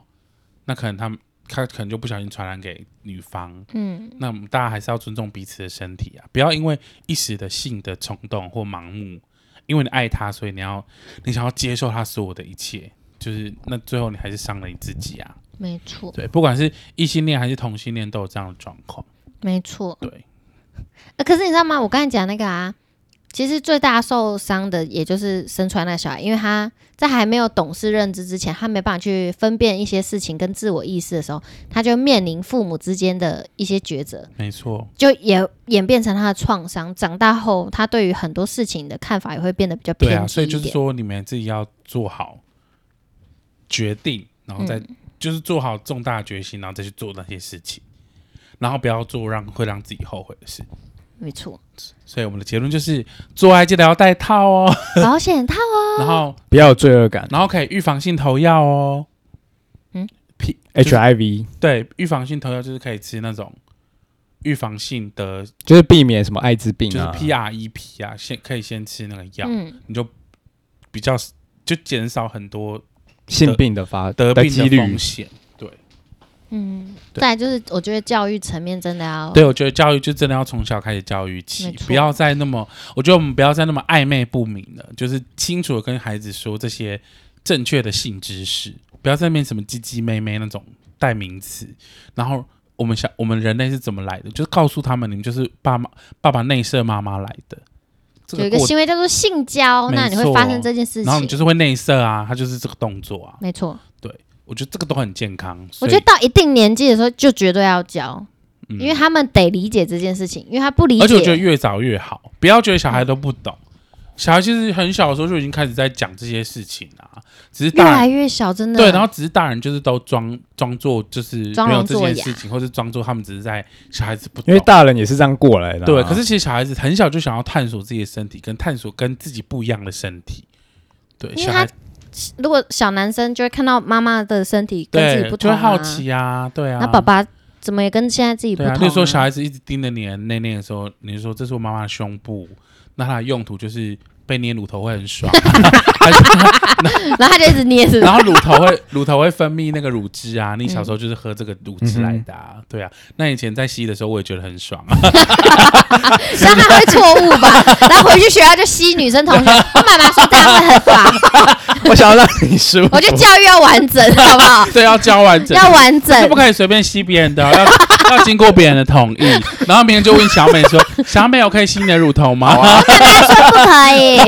那可能他们他可能就不小心传染给女方。
嗯，
那我们大家还是要尊重彼此的身体啊，不要因为一时的性的冲动或盲目，因为你爱他，所以你要你想要接受他所有的一切，就是那最后你还是伤了你自己啊。
没错，
对，不管是异性恋还是同性恋，都有这样的状况。
没错。
对，
呃，可是你知道吗？我刚才讲那个啊，其实最大受伤的也就是生出来那个小孩，因为他在还没有懂事认知之前，他没办法去分辨一些事情跟自我意识的时候，他就面临父母之间的一些抉择。
没错，
就也演变成他的创伤。长大后，他对于很多事情的看法也会变得比较
对
偏激一
啊，
点。
所以就是说，你们自己要做好决定，然后再、
嗯
就是做好重大决心，然后再去做那些事情，然后不要做让会让自己后悔的事。
没错，
所以我们的结论就是，做爱记得要戴套哦，
保险套
然后
不要有罪恶感。
然后可以预防性投药哦。
嗯
，P 就是
HIV
对预防性投药就是可以吃那种预防性的，
就是避免什么艾滋病
就是
啊，
PREP 啊，先可以先吃那个药。
嗯，
你就比较就减少很多
性病的发
得病
几
的
率
风。险。对，
嗯，
对
再来就是我觉得教育层面真的要
对啊我觉得教育就真的要从小开始教育起
啊没，错
不要再那么，我觉得我们不要再那么暧昧不明了，就是清楚的跟孩子说这些正确的性知识，不要再面什么鸡鸡妹妹那种代名词，然后。我们想，我们人类是怎么来的？就是告诉他们，你们就是爸妈、爸爸内射妈妈来的。这
有一
个
个
过，
行为叫做性交，
没错
那你会发生这件事
然后你就
情。
是会内射啊，他就是这个动作啊。
没错，
我觉得这个都很健康。
我
所以
觉得到一定年纪的时候就绝对要教，
嗯
因为他们得理解这件事情，因为他不理解，
而且我觉得越早越好，不要觉得小孩都不懂，小孩其实很小的时候就已经开始在讲这些事情啊，只是
越
大
来
人
越小，真的
对，然后只是大人就是都装装作就是
装
没有
聋
这
作
件
哑
事情，或是装作他们只是在小孩子不
因为
懂。
大人也是这样过来的啊、
对，可是其实小孩子很小就想要探索自己的身体，跟探索跟自己不一样的身体。对，
因为
小
他
孩
如果小男生就会看到妈妈的身体跟自己
对
不
就会
同、啊，
好奇啊，对啊。
那爸爸怎么也跟现在自己不
对
同、
啊，那时候小孩子一直盯着你的内内的时候，你就说这是我妈妈的胸部，那它的用途就是被捏乳头会很 爽， 还是
然后他就一直捏 着，
然后乳头会乳头会分泌那个乳汁啊，你小时候就是喝这个乳汁来的、啊，对啊。那以前在吸的时候，我也觉得很爽啊，
所以他会错误 吧？然后回去学校就吸女生同学，我妈妈说这样会很 棒，
我想要让你舒服。
我觉得教育要完整，好不好？
对，要教完整，
要完整
就不，可以随便吸别人的哦，要要经过别人的同意。然后别人就问小美说：“小美，我可以吸你的乳头吗？”
啊
不可以。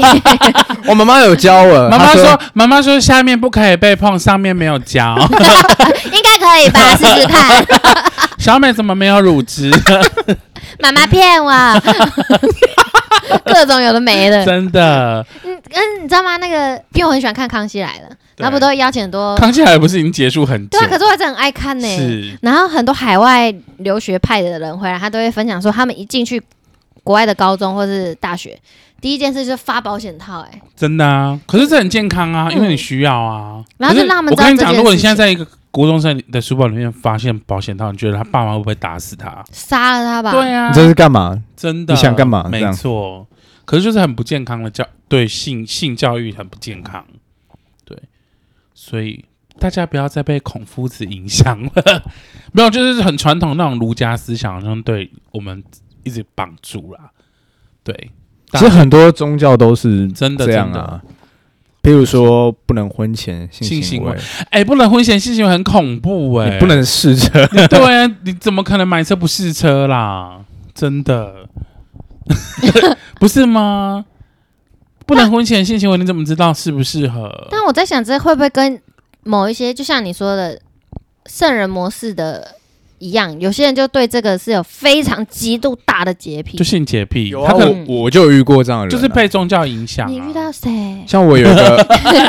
我妈妈有教 我，
妈妈
她
啊说：“妈妈说下面不可以被碰，上面没有哦胶。
应该可以吧？试试看，
小美怎么没有乳汁？
妈妈骗我。各种有的没的。
真的。
嗯，嗯，你知道吗？那个，因为我很喜欢看《康熙来了》，然后不都会邀请很多，
康熙来了不是已经结束很久
哦对啊，？可是我还是很爱看呢、
是，
然后很多海外留学派的人回来，他都会分享说，他们一进去国外的高中或是大学，第一件事就是发保险套、哎，
真的啊。可是这很健康啊，
嗯
因为你需要啊。
然后
可
就是让他们
我
知道
跟你
这
讲，
件
如果你
事
现在在一个国中生的书包里面发现保险套，你觉得他爸妈会不会打死他？
杀了他吧。
对啊
你，这是干嘛？
真的。
你想干嘛这
没
样
错。可是就是很不健康的教，对性性教育很不健康。对，所以大家不要再被孔夫子影响了。 没有，就是很传统那种儒家思想，好像对我们一直绑住啦。对，
其实很多宗教都是
真的
这样啊。比如说，不能婚前
性
性
行
为
为，哎、不能婚前性行为很恐怖哎、
你不能试着。
对啊，你怎么可能买车不试车啦？真的， 不是吗？不能婚前性行为，你怎么知道适不适合？
但我在想，这会不会跟某一些，就像你说的圣人模式的一样，有些人就对这个是有非常极度大的洁癖。
就性洁癖，
有
他
啊，
可能
能
我我就有遇过这样的人啊，
就是被宗教影响、啊。
你遇到谁？
像我有 一个，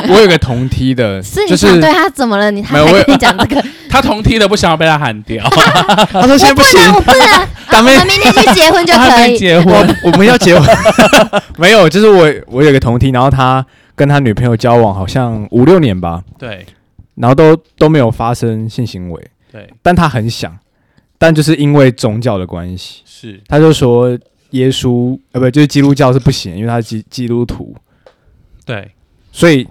我有一个同梯的，
是你
就
想
是
对他怎么了？你他
没有
还
我
跟你讲这个？
他同梯的不想要被他喊 掉，
他说现在
我
不行，
能，我不能。啊
咱
我
们
们明天去结婚就
他
可
还没
以。
结婚，
我我们要结婚， 没有，就是我我有一个同梯，然后他跟他女朋友交往好像五六年吧，
对
然后都都没有发生性行为，
对
但他很想，但就是因为宗教的关系，
是，
他就说耶稣呃不就是基督教是不行，因为他是基基督徒，
对。
所以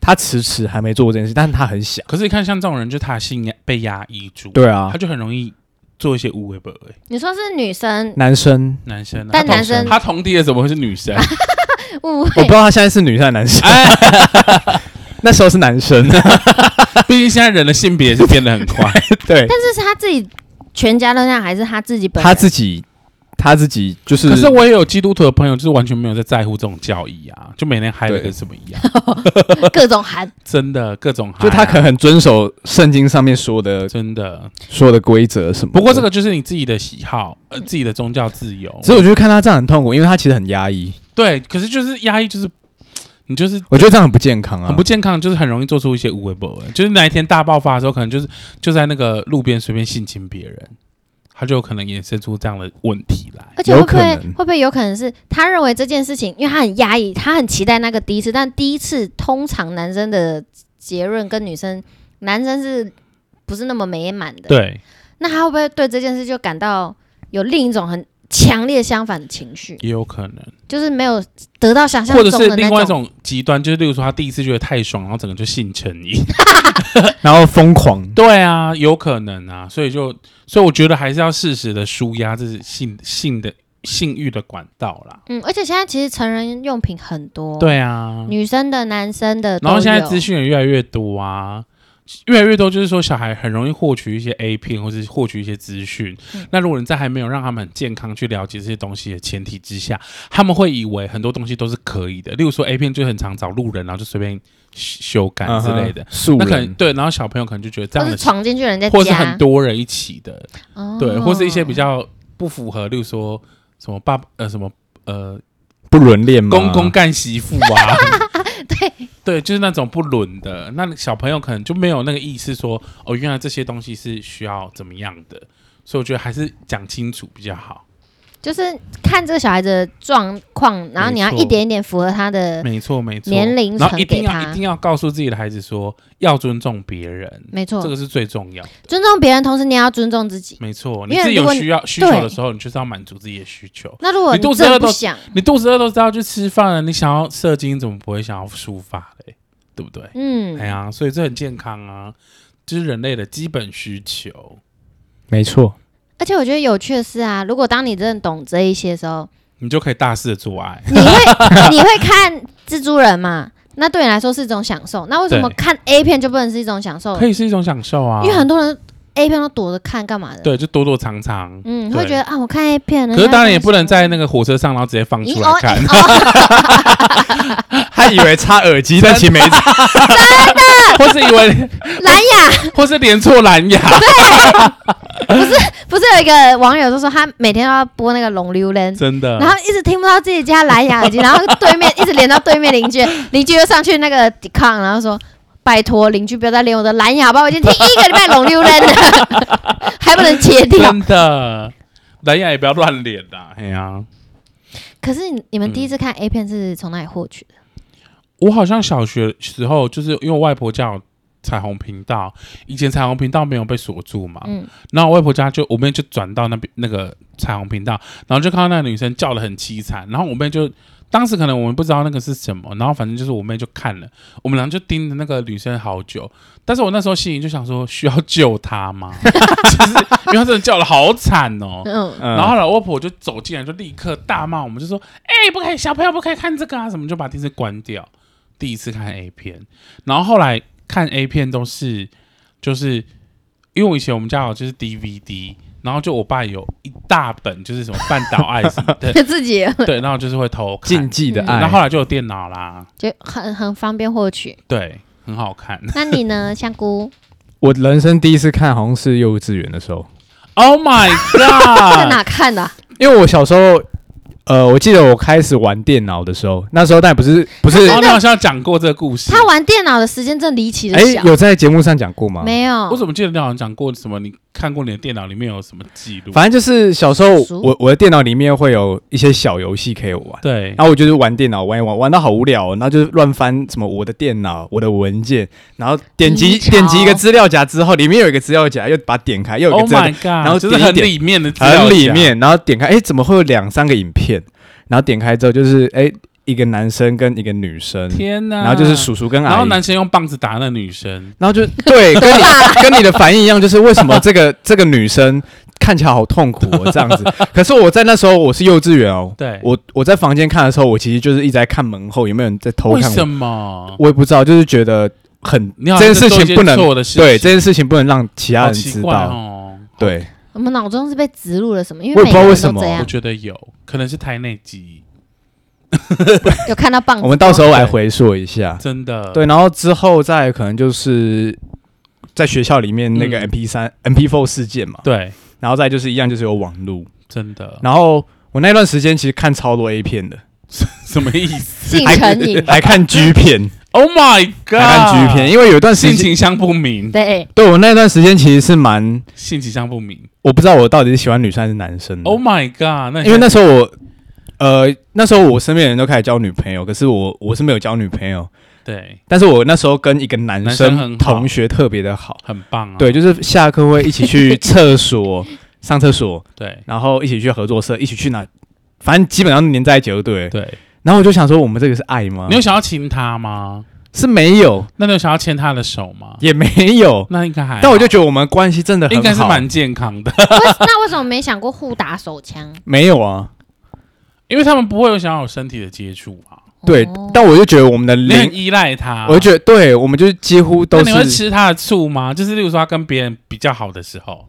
他迟迟还没做过这件事，但是他很想，
可是你看，像这种人，就他的性压被压抑住，、
对啊
他，就很容易做一些无为不为。
你说是女生
男生
男生、啊，
但
他同
男生
他同梯的怎么会是女生？
误
我不知
会，
道他现在是女生还是男生，
哎
那时候是男 生，
毕竟现在人的性别也是变得很快。
对
但是是他自己全家都那样，还是他自己本
他
人？
自己他自己就是，
可是我也有基督徒的朋友，就是完全没有在在乎这种教义啊，就每天嗨的
对
跟什么一样，
各种喊，
真的各种嗨啊、
就他可能很遵守圣经上面说的
真的。
说的规则什么的。
不过这个就是你自己的喜好，呃，自己的宗教自由。
哦只是我觉得看他这样很痛苦，因为他其实很压抑，
对，可是就是压抑，就是你就是
我觉得这样很不健康啊，
很不健康，就是很容易做出一些无微不为。就是哪一天大爆发的时候，可能就是就在那个路边随便性侵别人，他就有可能衍生出这样的问题来。
而且会不
有
会
可能
会不会有可能是他认为这件事情，因为他很压抑，他很期待那个第一次，但第一次通常男生的结论跟女生男生是不是那么美满的？，
对，
那他会不会对这件事就感到有另一种很强烈相反的情绪，
也有可能，
就是没有得到想象
或
中
者
的
是
那
另外一种极端，就是例如说他第一次觉得太爽，然后整个就性成瘾。
然后疯狂。
对啊，有可能啊，所以就，所以我觉得还是要适时的舒压，这是性性的性欲的管道啦。
嗯，而且现在其实成人用品很多，，
对啊，
女生的、男生的都有，
然后现在资讯也越来越多啊，越来越多，就是说小孩很容易获取一些 A 片或是获取一些资讯。
嗯
那如果你在还没有让他们很健康去了解这些东西的前提之下，他们会以为很多东西都是可以的，例如说 A 片就很常找路人，然后就随便修修改之类的
嗯。哼，素
那可能
人
对，然后小朋友可能就觉得这
或
样
是
的，
闯进去人家家，
或是很多人一起的，
哦
对，或是一些比较不符合，例如说什么爸呃什么呃
不伦恋吗？
公公干媳妇 啊，对对，就是那种不伦的。那小朋友可能就没有那个意识说，哦，原来这些东西是需要怎么样的，所以我觉得还是讲清楚比较好。
就是看这个小孩子的状况，然后你要一点一点符合他的，
没错，没错，
呃年龄层
然后一定
给
要
他
一定要告诉自己的孩子说，要尊重别人，
没错
这，个是最重要的。
尊重别人，同时你也要尊重自己。
没错，
因为
你自己
如
有
果你
需要需求的
对
时候，你就是要满足自己的需求。
那如果
你肚子
真
饿
的
都
不想，
你肚子饿都知道去吃饭了，你想要射精怎么不会想要抒发嘞？对不对？哎
嗯，
呀，所以这很健康啊，这是人类的基本需求。
没错，
而且我觉得有趣的是啊，如果当你真的懂这一些的 时候，
你就可以大肆的做爱，
你会你会看蜘蛛人嘛？那对你来说是一种享受，那为什么
对
看 A 片就不能是一种享受？
可以是一种享受啊。
嗯因为很多人 A 片都躲着看干嘛的？
对，就躲躲藏藏。
嗯，
对
会觉得啊，我看 A 片，
可是当然也不能在那
那哦
个火车上，然后直接放出
咦
来
哦
看，
哦
他以为插耳 机，但其实没插。
或是以 为，
蓝牙
或是连错蓝牙，
不是有一个网友就说他每天都要播那个龙溜人，
真
嗯
的。
然后一直听不到自己家蓝牙耳机， 然后对面一直连到对面邻居， 邻居又上去那个抵抗，然后说。拜托，邻居不要再连我的蓝牙吧！我已经听一个礼拜龙溜人了， 还不能切掉。
嗯
真的，蓝牙也不要乱连啦。哎呀，
可是你你们第一次看
嗯
A 片是从哪里获取的？
我好像小学时候就是因为我外婆家有彩虹频道，以前彩虹频道没有被锁住嘛，
嗯，
然后我外婆家就我妹就转到那边那个彩虹频道，然后就看到那个女生叫的很凄惨，然后我妹就当时可能我们不知道那个是什么，然后反正就是我妹就看了，我们俩就盯着那个女生好久，但是我那时候心里就想说需要救她吗？ 就是因为她真的叫的好惨哦。
嗯，，
嗯
然后后来我外婆就走进来，就立刻大骂我们，就说：“哎、不可以，小朋友不可以看这个啊！”什么就把电视关掉。第一次看 A 片，然后后来看 A 片都是就是因为我以前我们家有就是 DVD，然后就我爸有一大本就是什么半岛爱什么 的
自己
对，然后就是会偷
禁
看。
忌的
然
爱
后，后来就有电脑啦，
就很很方便获 取。
对，很好看。
那你呢，香菇
我人生第一次看好像是幼稚园的时候，
Oh my
在
god！
哪看的啊？
因为我小时候，呃，我记得我开始玩电脑的时候，那时候但不是不是
然，后你好像讲过这个故事，
他玩电脑的时间真离奇的
哎、
小，
有在节目上讲过吗？
没有
我？怎么记得你好像讲过什么？你看过你的电脑里面有什么记录？
反正就是小时候
熟，
我我的电脑里面会有一些小游戏可以玩，
对，
然后我就是玩电脑玩一玩，玩到好无聊、哦，然后就是乱翻什么我的电脑、我的文件，然后点
低
击
潮
点击一个资料夹之后，里面有一个资料夹，又把它点开，又有一
Oh
个资料夹
my god！然
然后
就是
点一
很
点
里面的资料
很里
夹，
面，然后点开，哎、怎么会有两三个影片？然后点开之后就是，哎、一个男生跟一个女生，
天哪！
然后就是，叔叔跟
然
阿
后
姨，
男生用棒子打那女生，
然后就对，跟你跟你的反应一样，就是为什么这个这个女生看起来好痛苦、哦、这样子？可是我在那时候我是幼稚园哦，
对，
我我在房间看的时候，我其实就是一直在看门后有没有人在偷
为
看
什
我，
么？
我也不知道，就是觉得很
你好像在
这件事
做一
情
件
不能
错的事情，
对这件事情不能让其他
好
人
奇
知
怪
道，
哦。
对，
我们脑中是被植入了什么？因
我
为
也
每个人
不知道为
都
什么
这
我
样，
觉得有可能是胎内记忆，
有看到棒子吗。
我们到时候来回溯一下。
哦真的。
对，然后之后再可能就是在学校里面那
嗯
个 MP 三、MP four 事件嘛，
对，
然后再就是一样就是有网路，
真 的。
然后我那段时间其实看超多 A 片的，
什么意思
性成瘾，
还看 G 片，
？Oh my god！
还看 G 片，因为有一段时
性
间，
倾向不明，
对，
对我那段时间其实是蛮，
性倾向不明。
我不知道我到底是喜欢女生还是男生的
Oh my god！那你
嗯因为那时候我。呃，那时候我身边的人都开始交女朋友，可是我我是没有交女朋友，
对
但是我那时候跟一个男
男生
生
很好
同学特别的好，
很棒啊。
对，就是下课会一起去厕所上厕所，
对
然后一起去合作社，一起去哪，反正基本上黏在一起就对了。
对，
然后我就想说，我们这个是爱吗
你？有想要亲他吗？
是没有，
那你有想要牵他的手吗？
也没有。
那应该还好，
但我就觉得我们关系 真的
哎
很好，
应该是蛮健康的，
为 那为什么没想过互打手枪？
没有啊。
因为他们不会有想要有身体的接触啊。
对，
哦
但我就觉得我们的
你很
灵，
依赖他，
我就觉得对，我们就是几乎
那
都
你会
是
吃他的醋吗？就是例如说他跟别人比较好的时候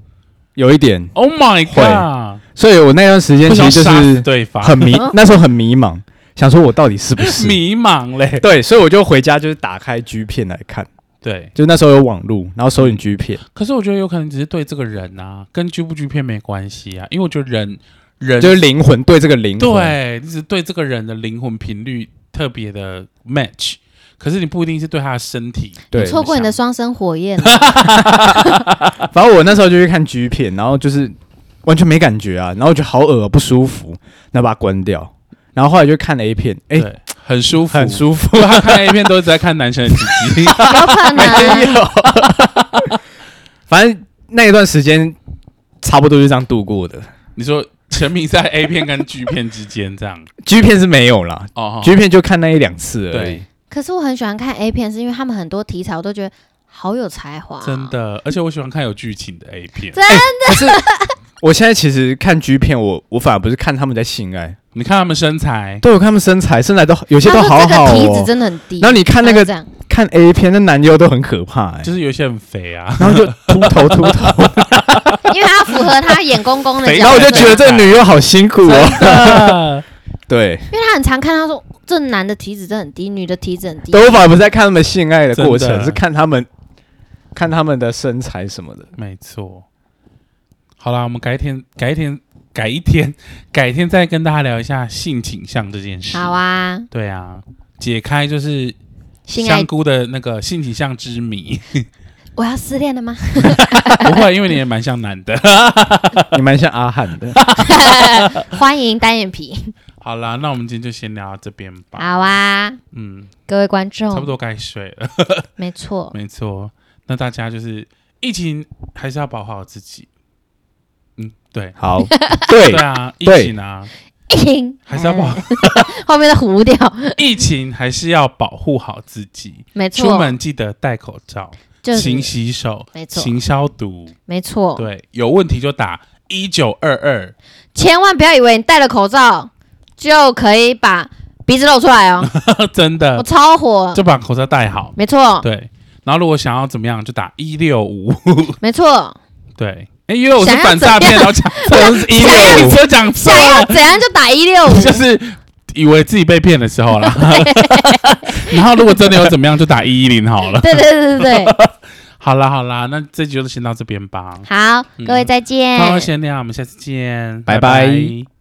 有一点，
，Oh my god！
所以我那段时间
不
其
想
实就
杀死
是
对方，
很 迷，那时候很迷茫，想说我到底是不是？
迷茫嘞。
对，所以我就回家就是打开 G 片来看，
对，
就那时候有网路，然后搜你 G 片。
可是我觉得有可能只是对这个人啊，跟剧不剧片没关系啊，因为我觉得人人
就是灵魂对这个灵魂，，
对，你只对这个人的灵魂频率特别的 match，可是你不一定是对他的身体。
对
错过你的双生火焰了，啊
反正我那时候就去看 G 片，然后就是完全没感觉啊，然后我觉得好恶、不舒服，然后把它关掉，然后后来就看 A 片，哎、
对，很舒服，
很舒服，
服。他看 A 片都是在看男生的鸡鸡，
有可
没
能。
有，反正那一段时间差不多就这样度过的。
你说沉迷在 A 片跟剧片之间这 样
G 片是没有啦、
哦，
g 片就看那一两次而已
对。，
可是我很喜欢看 A 片，是因为他们很多题材我都觉得好有才华，啊
真。的，而且我喜欢看有剧情的 A 片。
真
可是我现在其实看 G 片，我我反而不是看他们在性爱，
你看他们身材，
对我看他们身材，身材都有些
他
都
说
好好
这个嗯体脂
哦。
真的很低。
然后你看那
他
个
就这样，
看 A 片，那男优都很可怕、哎。
就是有一些很肥 啊，
然后就秃头秃头，
因为他符合他眼公 公的角色，
肥
然后我就觉得这个女优好辛苦哦。
真的
对，
因为他很常看到说这男的体脂真的很低，女的体脂很低。
都法不是在看他们性爱的过
真
程，
的
是看他们看他们的身材什么的。
没错。好啦，我们改天改天改一天 改天再跟大家聊一下性倾向这件事。
好，啊，
对啊，解开就是
性爱
香，菇的那个性倾向之 谜。
我要失恋了 吗？
不会，因为你也蛮像男的。
你蛮像阿汉的，
欢迎单眼皮，
好啦，那我们今天就先聊到这边吧。
好哦啊，
嗯，
各位观众，
差不多该睡了。
没错，
没错，那大家就是疫情还是要保护好自己。嗯，对，
好，对
对，啊，疫
对
情啊，还是要保
哎后面的糊掉，
疫情还是要保护好自己。
没错，
出门记得戴口罩，
就是
勤洗手，
没错哦
勤消毒。
没错，
对，有问题就打一九二二。
千万不要以为你戴了口罩就可以把鼻子露出 来哦，哦
真
我
的，
超火，
就把口罩戴好。
没错，
对，然后如果想要怎么样，就打一六五。
没错，
对，哎，因为我是
想要
反
怎
诈骗，
样
然后讲
这是一
错，
六
你
五，
车讲错
想要
了，
怎样就打一六 五，
就是以为自己被骗的时候啦。然后如果真的有怎么样，就打一一零好了。
对对 对对对，
好啦好啦，那这集就先到这边吧。嗯
好，各位再见，
啊好，先那样，我们下次见，
拜拜
拜